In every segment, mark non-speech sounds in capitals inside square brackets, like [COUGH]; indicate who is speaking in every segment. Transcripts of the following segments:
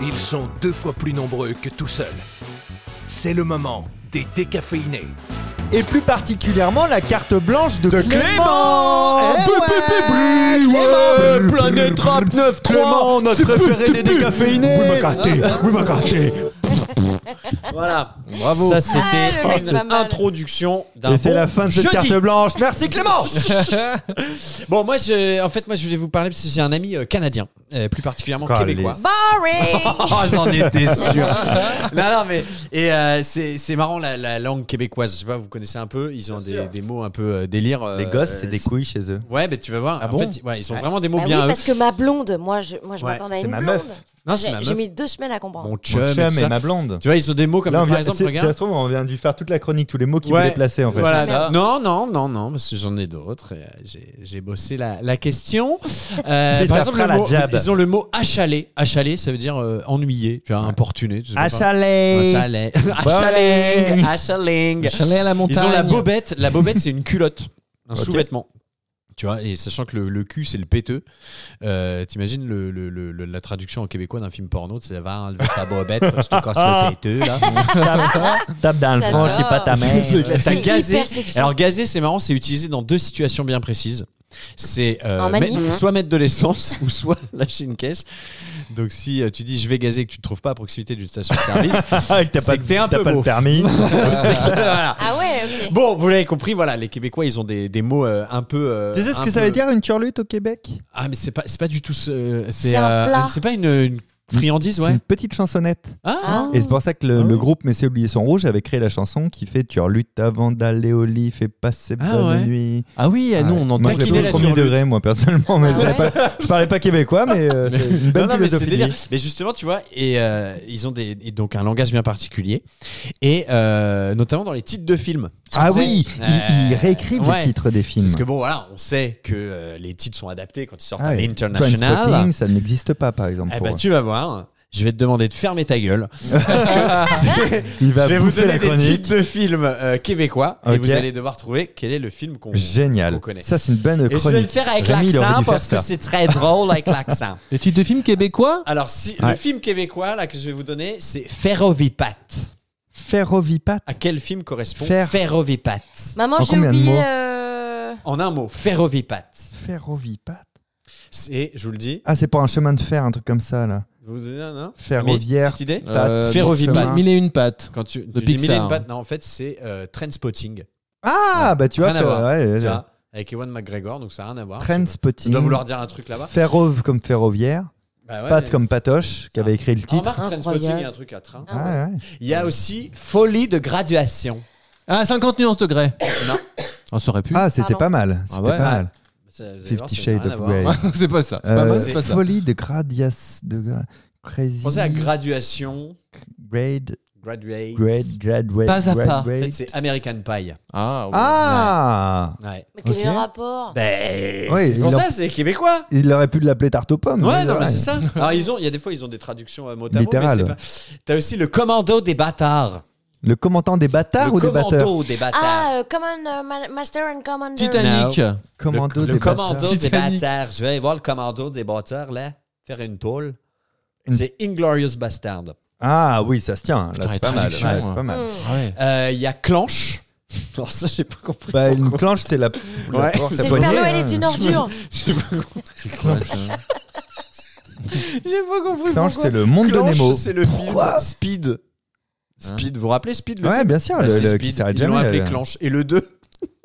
Speaker 1: Ils sont deux fois plus nombreux que tout seuls. C'est le moment des décaféinés.
Speaker 2: Et plus particulièrement la carte blanche de,
Speaker 3: De Clément
Speaker 2: Eh
Speaker 3: Bou-
Speaker 2: ouais,
Speaker 3: bou- bou- bou-
Speaker 2: Clément
Speaker 3: ouais.
Speaker 2: Planète Rap 9
Speaker 3: Clément,
Speaker 2: notre préféré des
Speaker 3: Oui,
Speaker 2: décaféinés
Speaker 3: ma cartée, oui, ma cartée.
Speaker 2: Voilà.
Speaker 4: Bravo.
Speaker 2: Ça
Speaker 5: Ah,
Speaker 2: c'était
Speaker 5: le mec
Speaker 2: une
Speaker 5: va mal.
Speaker 2: introduction d'un
Speaker 3: Et c'est
Speaker 2: bon
Speaker 3: la fin de cette
Speaker 2: jeudi.
Speaker 3: carte blanche. Merci Clément
Speaker 4: [LAUGHS] bon, moi, je, en fait, moi, je voulais vous parler parce que j'ai un ami euh, canadien, euh, plus particulièrement
Speaker 3: Calais.
Speaker 4: québécois. [LAUGHS]
Speaker 5: Boring
Speaker 4: Oh, j'en étais sûr. [LAUGHS] non, non, mais et euh, c'est c'est marrant la, la langue québécoise. Je sais pas, vous connaissez un peu. Ils ont des, des mots un peu euh, délire. euh,
Speaker 3: Les gosses,
Speaker 4: euh,
Speaker 3: c'est des couilles chez eux.
Speaker 4: Ouais, mais tu vas voir.
Speaker 3: Ah
Speaker 4: en
Speaker 3: bon
Speaker 4: fait, ouais, ils ont vraiment des mots
Speaker 5: Bah oui,
Speaker 4: bien. à eux.
Speaker 5: parce que ma blonde, moi je, moi, je
Speaker 4: Ouais,
Speaker 5: m'attendais à
Speaker 3: c'est
Speaker 5: une
Speaker 3: ma
Speaker 5: blonde.
Speaker 3: meuf.
Speaker 4: Non, c'est
Speaker 5: J'ai
Speaker 4: ma
Speaker 5: j'ai
Speaker 4: meuf.
Speaker 5: mis deux semaines à comprendre.
Speaker 4: Mon chum,
Speaker 3: Mon
Speaker 4: et tout
Speaker 3: chum et
Speaker 4: ça.
Speaker 3: ma blonde.
Speaker 4: Tu vois, ils ont des mots comme
Speaker 3: Là, on
Speaker 4: par
Speaker 3: vient,
Speaker 4: exemple,
Speaker 3: si- si ça
Speaker 4: regarde.
Speaker 3: se trouve, on vient de faire toute la chronique, tous les mots qui
Speaker 4: Ouais.
Speaker 3: voulaient placer en fait.
Speaker 4: Voilà.
Speaker 5: C'est ça.
Speaker 4: Non, non, non, non, parce que j'en ai d'autres. et, euh, J'ai j'ai bossé la, la
Speaker 5: [LAUGHS]
Speaker 4: question. Euh,
Speaker 3: Et
Speaker 4: par
Speaker 3: ça
Speaker 4: exemple,
Speaker 3: fera
Speaker 4: le
Speaker 3: la
Speaker 4: mot-
Speaker 3: jab.
Speaker 4: ils ont le mot achalé. Achalé, ça veut dire euh, ennuyé, tu vois, importuné. tu sais pas.
Speaker 3: Achalé
Speaker 4: Achalé. [LAUGHS] Achaling. Achaling.
Speaker 6: Chalet à la montagne.
Speaker 4: Ils ont la bobette. La bobette, c'est une culotte, un
Speaker 3: Ok.
Speaker 4: sous-vêtement. Tu vois, et sachant que le, le cul, c'est le péteux, euh, t'imagines le, le- le- le- la traduction en québécois d'un film porno, c'est va enlever ta bobette, je te
Speaker 3: [LAUGHS]
Speaker 4: casse le péteux, là.
Speaker 3: Tape dans le
Speaker 5: Ça
Speaker 3: fond,
Speaker 5: va.
Speaker 3: je sais pas ta mère.
Speaker 4: T'as
Speaker 5: C'est
Speaker 4: gazé.
Speaker 5: hyper sexy.
Speaker 4: Alors, gazé, c'est marrant, c'est utilisé dans deux situations bien précises. C'est euh,
Speaker 5: En manif. hein.
Speaker 4: mettre- soit mettre de l'essence [LAUGHS] ou soit lâcher une caisse. Donc, si euh, tu dis je vais gazer et que tu te trouves pas à proximité d'une station de
Speaker 3: [LAUGHS]
Speaker 4: service, [LAUGHS]
Speaker 3: Ah, que T'as pas,
Speaker 4: C'est que t'es un
Speaker 3: t'as
Speaker 4: peu
Speaker 3: pas le
Speaker 4: beauf.
Speaker 3: permis.
Speaker 4: voilà.
Speaker 5: Ah ouais, ok.
Speaker 4: Bon, vous l'avez compris, voilà, les Québécois, ils ont des, des mots euh, un peu. euh,
Speaker 3: Tu sais ce
Speaker 4: un
Speaker 3: que ça
Speaker 4: peu-
Speaker 3: veut dire une turlute au Québec
Speaker 4: Ah, mais c'est pas, c'est pas du tout. ce- C'est
Speaker 5: C'est un
Speaker 4: euh,
Speaker 5: plat.
Speaker 4: C'est pas une, une friandise,
Speaker 3: C'est
Speaker 4: ouais.
Speaker 3: une petite chansonnette.
Speaker 4: Ah,
Speaker 3: Et c'est pour ça que le,
Speaker 4: Ah
Speaker 3: le
Speaker 4: ouais.
Speaker 3: groupe Messieurs oubliés sont rouges avait créé la chanson qui fait Turlute avant d'aller au lit, fais passer
Speaker 4: Ah
Speaker 3: bonne
Speaker 4: ouais. Eh,
Speaker 3: nuit.
Speaker 6: Ah oui, nous on
Speaker 3: Moi,
Speaker 6: entend
Speaker 3: je l'ai pas
Speaker 4: Taquiner la
Speaker 3: au premier
Speaker 4: turlute.
Speaker 3: degré, moi, personnellement. Mais
Speaker 5: Ah ouais.
Speaker 3: je savais pas- je parlais pas québécois, mais
Speaker 4: [LAUGHS]
Speaker 3: euh, c'est une bonne
Speaker 4: Non, non, mais c'est
Speaker 3: philosophie. de
Speaker 4: délire.
Speaker 3: vie.
Speaker 4: Mais justement, tu vois, et euh, ils ont des, et donc un langage bien particulier, et euh, notamment dans les titres de films.
Speaker 3: Ah
Speaker 4: Tu sais,
Speaker 3: oui, ils, ils
Speaker 4: euh,
Speaker 3: réécrivent
Speaker 4: ouais.
Speaker 3: les titres des films.
Speaker 4: Parce que bon, voilà, on sait que euh, les titres sont adaptés quand ils sortent
Speaker 3: Ah
Speaker 4: à
Speaker 3: ouais.
Speaker 4: l'international.
Speaker 3: Trainspotting, ça n'existe pas, par exemple.
Speaker 4: Eh
Speaker 3: pour
Speaker 4: ben,
Speaker 3: eux.
Speaker 4: tu vas voir. Je vais te demander de fermer
Speaker 3: [LAUGHS]
Speaker 4: ta gueule. Parce que c'est-
Speaker 3: Il va
Speaker 4: je vais vous
Speaker 3: bouffer
Speaker 4: donner
Speaker 3: la
Speaker 4: des
Speaker 3: chronique.
Speaker 4: titres de films euh, québécois et
Speaker 3: Ok.
Speaker 4: vous allez devoir trouver quel est le film qu'on.
Speaker 3: Génial.
Speaker 4: qu'on connaît.
Speaker 3: Ça, c'est une bonne
Speaker 4: Et
Speaker 3: chronique.
Speaker 4: je vais le faire avec
Speaker 3: Rémi, il aurait
Speaker 4: l'accent
Speaker 3: dû faire
Speaker 4: parce que
Speaker 3: ça.
Speaker 4: c'est très drôle
Speaker 3: [LAUGHS]
Speaker 4: avec l'accent.
Speaker 6: Le titre de film québécois
Speaker 4: Alors, si,
Speaker 3: Ouais.
Speaker 4: le film québécois là, que je vais vous donner, c'est Ferrovipat.
Speaker 3: Ferrovipat.
Speaker 4: À quel film correspond
Speaker 3: Fer-
Speaker 4: Ferrovipat
Speaker 5: Maman,
Speaker 3: En
Speaker 5: j'ai
Speaker 3: combien de mots
Speaker 5: oublié. euh,
Speaker 4: En un mot, Ferrovipat.
Speaker 3: Ferrovipat.
Speaker 4: C'est, je vous le dis,
Speaker 3: Ah, c'est pour un chemin de fer, un truc comme ça, là.
Speaker 4: vous vous donnez un hein nom
Speaker 3: Ferroviaire.
Speaker 4: Petite idée
Speaker 3: Patte.
Speaker 6: Euh,
Speaker 4: Ferrovipat.
Speaker 6: Mille et une pattes.
Speaker 4: Quand tu,
Speaker 6: De
Speaker 4: tu dis mille et
Speaker 6: Pixar. hein.
Speaker 4: une pattes, non, en fait, c'est euh, Trainspotting.
Speaker 3: Ah, bah tu vois,
Speaker 4: Rien à
Speaker 3: fer-
Speaker 4: voir.
Speaker 3: ouais, ouais,
Speaker 4: Tu
Speaker 3: ouais.
Speaker 4: vois, avec Ewan McGregor, donc ça n'a rien à voir. Tu
Speaker 3: Trainspotting.
Speaker 4: dois vouloir dire un truc là-bas.
Speaker 3: Ferrov comme ferroviaire.
Speaker 4: Bah ouais, Ah.
Speaker 3: Pat
Speaker 4: mais-
Speaker 3: comme patoche, qui avait écrit le titre.
Speaker 4: Remarque, Trainspotting, il y a un truc à train.
Speaker 5: Ah
Speaker 3: Ouais, ouais.
Speaker 4: Il y a aussi Folie de graduation. Bah,
Speaker 6: Ah, 50 nuances Oh, degrés.
Speaker 4: Non.
Speaker 6: On saurait plus.
Speaker 3: Ah, c'était
Speaker 5: Pardon.
Speaker 3: pas mal. C'était
Speaker 6: ouais.
Speaker 3: pas
Speaker 6: Ah,
Speaker 3: mal.
Speaker 4: Ça, vous allez voir,
Speaker 3: Fifty
Speaker 4: ça n'a
Speaker 3: Shades
Speaker 4: rien à
Speaker 3: of
Speaker 4: voir.
Speaker 3: Grey.
Speaker 6: [LAUGHS] c'est pas ça. C'est pas
Speaker 3: Euh,
Speaker 6: mal, c'est pas ça.
Speaker 3: Folie de Gradias de Gra- Crazy.
Speaker 4: Pensez à graduation,
Speaker 3: Grade,
Speaker 4: graduate.
Speaker 3: grade, graduate,
Speaker 6: Pas à pas.
Speaker 4: En fait,
Speaker 3: graduate.
Speaker 4: c'est American Pie.
Speaker 6: Ah, ouais.
Speaker 3: Ah
Speaker 4: Ouais.
Speaker 5: Mais quel est le
Speaker 3: Ok.
Speaker 5: rapport
Speaker 4: Ben,
Speaker 3: Ouais,
Speaker 4: c'est pour
Speaker 3: il en-
Speaker 4: ça, c'est québécois.
Speaker 3: Il aurait pu l'appeler tarte aux pommes.
Speaker 4: Ouais,
Speaker 3: mais
Speaker 4: non, mais
Speaker 3: ouais.
Speaker 4: c'est [LAUGHS] ça. Alors, ils ont, il y a des fois, ils ont des traductions euh, mot à mot, mais
Speaker 3: Littéral.
Speaker 4: c'est pas. T'as aussi le commando des bâtards.
Speaker 3: Le commentant des bâtards
Speaker 4: le
Speaker 3: ou des batteurs
Speaker 4: commando des bâtards.
Speaker 5: Ah, euh, Command euh, Ma- Master and Commander.
Speaker 6: Titanic.
Speaker 3: Commando
Speaker 4: le
Speaker 3: des
Speaker 4: commando
Speaker 3: bâtards.
Speaker 4: des
Speaker 6: Titanic.
Speaker 4: bâtards. Je vais aller voir le commando des bâtards, là, faire une tôle.
Speaker 3: Une-
Speaker 4: C'est Inglorious Bastard.
Speaker 3: Ah oui, ça se tient. Là,
Speaker 6: Putain,
Speaker 3: c'est
Speaker 6: les
Speaker 3: pas mal.
Speaker 6: traductions,
Speaker 3: Ouais, c'est
Speaker 6: hein.
Speaker 3: pas
Speaker 5: Mm.
Speaker 3: mal.
Speaker 5: Hmm.
Speaker 6: Ah ouais.
Speaker 4: Euh, Il y a Clanche. [LAUGHS] Alors, ça, j'ai pas compris.
Speaker 3: [LAUGHS] Bah, une clanche, c'est la. la
Speaker 4: Ouais.
Speaker 3: porte, la
Speaker 5: C'est le
Speaker 3: poignée,
Speaker 5: Père Noël
Speaker 3: hein.
Speaker 5: est une ordure.
Speaker 4: J'ai pas compris. J'ai pas compris
Speaker 3: Clanche, c'est
Speaker 4: pourquoi.
Speaker 3: le monde
Speaker 4: Clanche,
Speaker 3: de Nemo.
Speaker 4: c'est le film
Speaker 3: Pourquoi
Speaker 4: Speed. Speed, vous vous rappelez Speed le film
Speaker 3: Ouais, bien sûr.
Speaker 4: Ah,
Speaker 3: le,
Speaker 4: c'est
Speaker 3: le-
Speaker 4: Speed.
Speaker 3: qui s'arrête
Speaker 4: Ils l'ont
Speaker 3: jamais. euh,
Speaker 4: appelé
Speaker 3: là.
Speaker 4: Clanche. Et le 2,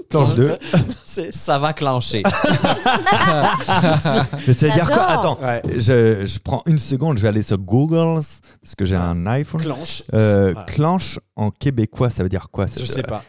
Speaker 3: Clanche [LAUGHS] 2.
Speaker 4: [LAUGHS] c'est Ça va
Speaker 3: [LAUGHS]
Speaker 4: clencher.
Speaker 3: Mais ça veut dire quoi
Speaker 5: J'adore.
Speaker 3: Attends, je, je prends une seconde, je vais aller sur Google parce que j'ai un iPhone.
Speaker 4: clenche.
Speaker 3: Euh,
Speaker 4: Voilà.
Speaker 3: Clanche en québécois, ça veut dire quoi
Speaker 4: Je sais pas.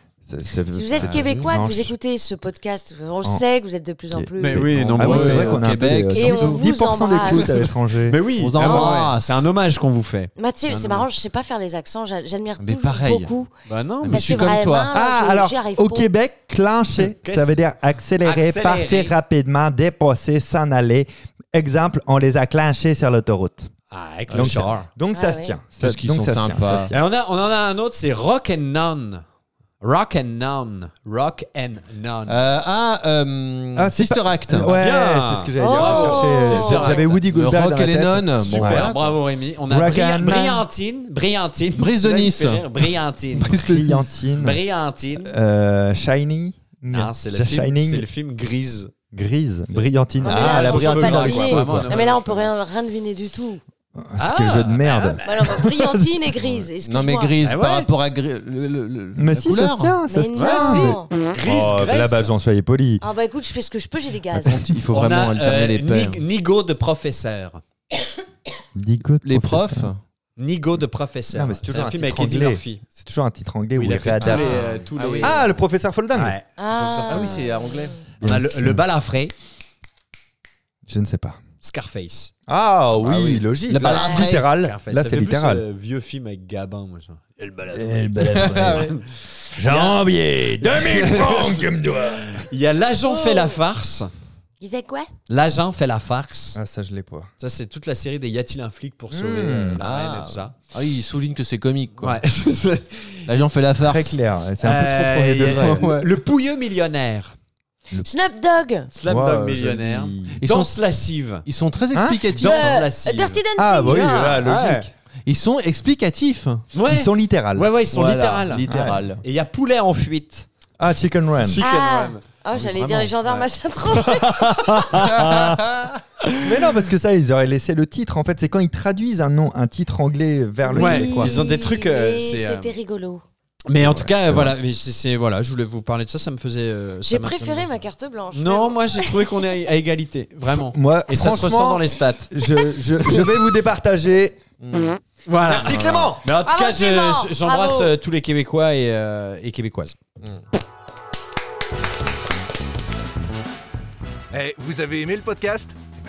Speaker 5: Si vous êtes
Speaker 6: Ah,
Speaker 5: québécois, que
Speaker 3: non,
Speaker 5: vous
Speaker 3: je-
Speaker 5: écoutez ce podcast, on le
Speaker 3: En-
Speaker 5: sait que vous êtes de plus en
Speaker 3: Ok.
Speaker 5: plus.
Speaker 4: Mais oui, non,
Speaker 3: ah
Speaker 4: mais
Speaker 3: oui, c'est
Speaker 4: ouais,
Speaker 3: vrai qu'on a un peu
Speaker 6: Québec.
Speaker 3: des-
Speaker 5: Et on vous
Speaker 3: 10%
Speaker 5: embrasse.
Speaker 3: des euh, coûts à l'étranger.
Speaker 4: Mais oui,
Speaker 6: On
Speaker 4: ah bon,
Speaker 6: embrasse.
Speaker 4: ouais. c'est un hommage qu'on vous fait.
Speaker 5: Moi, tu sais,
Speaker 6: Ah,
Speaker 5: c'est
Speaker 6: non,
Speaker 5: marrant,
Speaker 6: non.
Speaker 5: je sais pas faire les accents, j'a- j'admire
Speaker 6: Mais
Speaker 5: toujours
Speaker 6: pareil.
Speaker 5: beaucoup.
Speaker 4: Bah non,
Speaker 6: mais
Speaker 5: Parce
Speaker 6: je suis
Speaker 5: que
Speaker 6: comme
Speaker 5: vraiment,
Speaker 6: toi.
Speaker 5: là,
Speaker 3: Ah,
Speaker 5: j'y-
Speaker 3: alors,
Speaker 5: j'y arrive
Speaker 3: au
Speaker 5: pas.
Speaker 3: Québec, clencher,
Speaker 4: Qu'est-ce-
Speaker 3: ça veut dire accélérer,
Speaker 4: Accélérer.
Speaker 3: partir rapidement, dépasser, s'en aller. Exemple, on les a clenchés sur l'autoroute.
Speaker 4: Ah, Eh, avec le
Speaker 3: Donc,
Speaker 4: char.
Speaker 3: ça, donc
Speaker 5: Ah
Speaker 3: ça
Speaker 5: ouais.
Speaker 3: se tient. Ça-
Speaker 6: Parce qu'ils
Speaker 3: donc
Speaker 6: sont
Speaker 3: ça se tient,
Speaker 6: sympas.
Speaker 3: ça se tient.
Speaker 4: Et on, a, on en a un autre, c'est Rock and None. Rock and None. Rock and None.
Speaker 6: Euh, ah, euh,
Speaker 3: Ah, c'est
Speaker 6: Sister Act.
Speaker 3: Ouais,
Speaker 2: Bien.
Speaker 3: c'est ce que j'allais dire. J'ai
Speaker 5: Oh.
Speaker 3: cherché- euh,
Speaker 5: Sister
Speaker 4: Act.
Speaker 3: J'avais Woody
Speaker 6: Le
Speaker 3: Goldberg. dans
Speaker 6: Rock
Speaker 3: la
Speaker 6: et les
Speaker 3: tête. [LAUGHS]
Speaker 6: nonnes. Bon,
Speaker 4: Super,
Speaker 6: voilà.
Speaker 4: bravo Rémi. On a
Speaker 3: Rock
Speaker 4: Bri-
Speaker 3: and None.
Speaker 4: Briantine, Briantine.
Speaker 6: Brise de
Speaker 4: Là, il me
Speaker 6: Nice.
Speaker 4: fait rire. Briantine.
Speaker 3: Brillantine.
Speaker 4: Briantine.
Speaker 3: Euh, Shiny.
Speaker 4: Non, c'est le,
Speaker 3: Sh-
Speaker 4: film,
Speaker 3: Shining.
Speaker 4: c'est le film Grise.
Speaker 3: Grise. Brillantine.
Speaker 5: Ah, mais
Speaker 3: Ah,
Speaker 5: là,
Speaker 3: la
Speaker 5: on peut
Speaker 3: brillantine
Speaker 5: pas
Speaker 3: dans les
Speaker 5: deviner.
Speaker 3: cheveux, quoi.
Speaker 5: Non, mais là, on peut rien, rien deviner du tout.
Speaker 3: Ah, C'est que jeu de merde.
Speaker 5: Voilà, bah, brillantine et grise. excuse-moi.
Speaker 6: Non, mais grise,
Speaker 4: Ah ouais.
Speaker 6: par rapport à gris, le, le- le-
Speaker 3: Mais
Speaker 6: la
Speaker 3: si, ça
Speaker 6: couleur.
Speaker 3: se tient, ça
Speaker 5: Mais
Speaker 3: se tient. mais-
Speaker 5: non.
Speaker 4: Grise,
Speaker 3: Oh,
Speaker 4: Grace.
Speaker 3: là-bas, j'en soyez poli.
Speaker 5: Ah bah écoute, je fais ce que je peux, j'ai des gaz.
Speaker 6: Par contre, il faut
Speaker 4: On
Speaker 6: vraiment
Speaker 4: a,
Speaker 6: alterner
Speaker 4: euh,
Speaker 6: les paires.
Speaker 4: Ni- Nigo de professeur.
Speaker 3: Digo de
Speaker 6: Les
Speaker 3: professeur.
Speaker 6: profs
Speaker 4: Nigo de professeur.
Speaker 3: Non, mais c'est toujours un
Speaker 4: film
Speaker 3: titre
Speaker 4: avec Eddie
Speaker 3: anglais.
Speaker 4: Murphy.
Speaker 3: C'est toujours un titre anglais où
Speaker 4: il
Speaker 3: il
Speaker 4: a fait tous les,
Speaker 3: réadapte.
Speaker 4: euh, tous
Speaker 6: Ah
Speaker 4: les-
Speaker 6: oui.
Speaker 3: Ah, le professeur Folding.
Speaker 4: Ouais.
Speaker 5: Ah,
Speaker 6: anglais.
Speaker 4: On
Speaker 3: Bien
Speaker 4: a le, le
Speaker 3: sûr.
Speaker 4: balafré,
Speaker 3: Je ne sais pas.
Speaker 4: Scarface.
Speaker 3: Ah oui,
Speaker 4: oui.
Speaker 3: logique.
Speaker 6: Le
Speaker 3: Là,
Speaker 6: balafré.
Speaker 3: littéral.
Speaker 4: Scarface.
Speaker 3: Là,
Speaker 4: Ça
Speaker 3: c'est
Speaker 4: fait plus,
Speaker 3: littéral.
Speaker 4: euh, vieux film avec Gabin, moi, ça. Et le balafré. [LAUGHS]
Speaker 3: Janvier 2000 francs, tu me dois.
Speaker 4: Il y a L'agent fait la farce.
Speaker 5: Il disait quoi
Speaker 4: L'agent fait la farce.
Speaker 3: Ah, ça, je l'ai pas.
Speaker 4: Ça, c'est toute la série des Y a-t-il un flic pour
Speaker 3: Hmm.
Speaker 4: sauver euh, la
Speaker 6: Ah.
Speaker 4: reine et tout ça.
Speaker 6: Ah, il souligne que c'est comique, quoi.
Speaker 4: Ouais. [LAUGHS] C'est-
Speaker 6: L'agent fait la farce.
Speaker 3: Très clair. C'est un
Speaker 4: Euh,
Speaker 3: peu
Speaker 4: il y a-
Speaker 3: trop premier
Speaker 4: [LAUGHS]
Speaker 3: degré.
Speaker 4: Le pouilleux millionnaire.
Speaker 5: Snoop Dogg.
Speaker 4: Slam
Speaker 3: Wow,
Speaker 4: Dog millionnaire.
Speaker 3: joli.
Speaker 6: Ils
Speaker 4: Danse
Speaker 6: sont-
Speaker 4: lascive.
Speaker 6: Ils sont très
Speaker 3: Hein
Speaker 6: explicatifs.
Speaker 4: Dans
Speaker 5: Euh,
Speaker 4: la cible.
Speaker 5: Dirty Dancing.
Speaker 3: Ah, bah oui,
Speaker 4: Ah,
Speaker 3: ouais, logique.
Speaker 6: Ils sont explicatifs.
Speaker 4: Ouais.
Speaker 3: Ils sont littérales.
Speaker 4: ouais, ouais, ils sont
Speaker 6: Voilà,
Speaker 4: littéral.
Speaker 6: littéral.
Speaker 4: Et il y a Poulet en fuite.
Speaker 3: Ah, Chicken Run.
Speaker 4: Chicken
Speaker 5: Ah.
Speaker 4: Run.
Speaker 5: Oh, j'allais dire les gendarmes à Saint-Tropez.
Speaker 3: Mais non, parce que ça, ils auraient laissé le titre. En fait, c'est quand ils traduisent un nom, un titre anglais vers le
Speaker 4: Ouais,
Speaker 3: anglais, quoi.
Speaker 4: ils ont des trucs, euh,
Speaker 5: Mais
Speaker 4: c'est, euh,
Speaker 5: C'était rigolo.
Speaker 4: Mais en tout cas, euh, voilà, mais c'est- c'est- voilà, je voulais vous parler de ça, ça me faisait. euh, ça
Speaker 5: J'ai
Speaker 4: m'a-
Speaker 5: préféré ma carte blanche.
Speaker 4: Non, moi j'ai trouvé qu'on est à à égalité, vraiment.
Speaker 3: Moi,
Speaker 4: Et ça se
Speaker 3: franchement,
Speaker 4: ressent dans les stats.
Speaker 3: je, je- je vais vous départager.
Speaker 4: Voilà.
Speaker 3: Merci Clément
Speaker 4: Mais en tout
Speaker 5: Bravo,
Speaker 4: cas, je-
Speaker 5: Clément.
Speaker 4: je- j'embrasse
Speaker 5: Bravo.
Speaker 4: euh, tous les Québécois et, euh, et Québécoises.
Speaker 1: Eh, vous avez aimé le podcast Eh